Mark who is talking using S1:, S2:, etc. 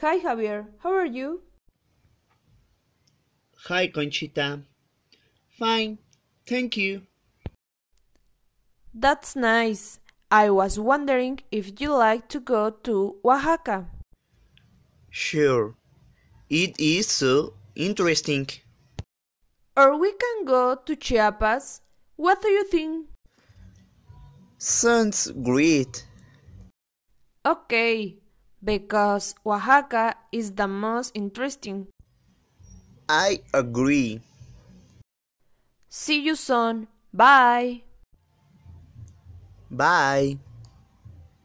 S1: Hi, Javier. How are you?
S2: Hi, Conchita. Fine, thank you.
S1: That's nice. I was wondering if you like to go to Oaxaca.
S2: Sure. It is so interesting.
S1: Or we can go to Chiapas. What do you think?
S2: Sounds great.
S1: Okay, because Oaxaca is the most interesting.
S2: I agree.
S1: See you soon. Bye.
S2: Bye.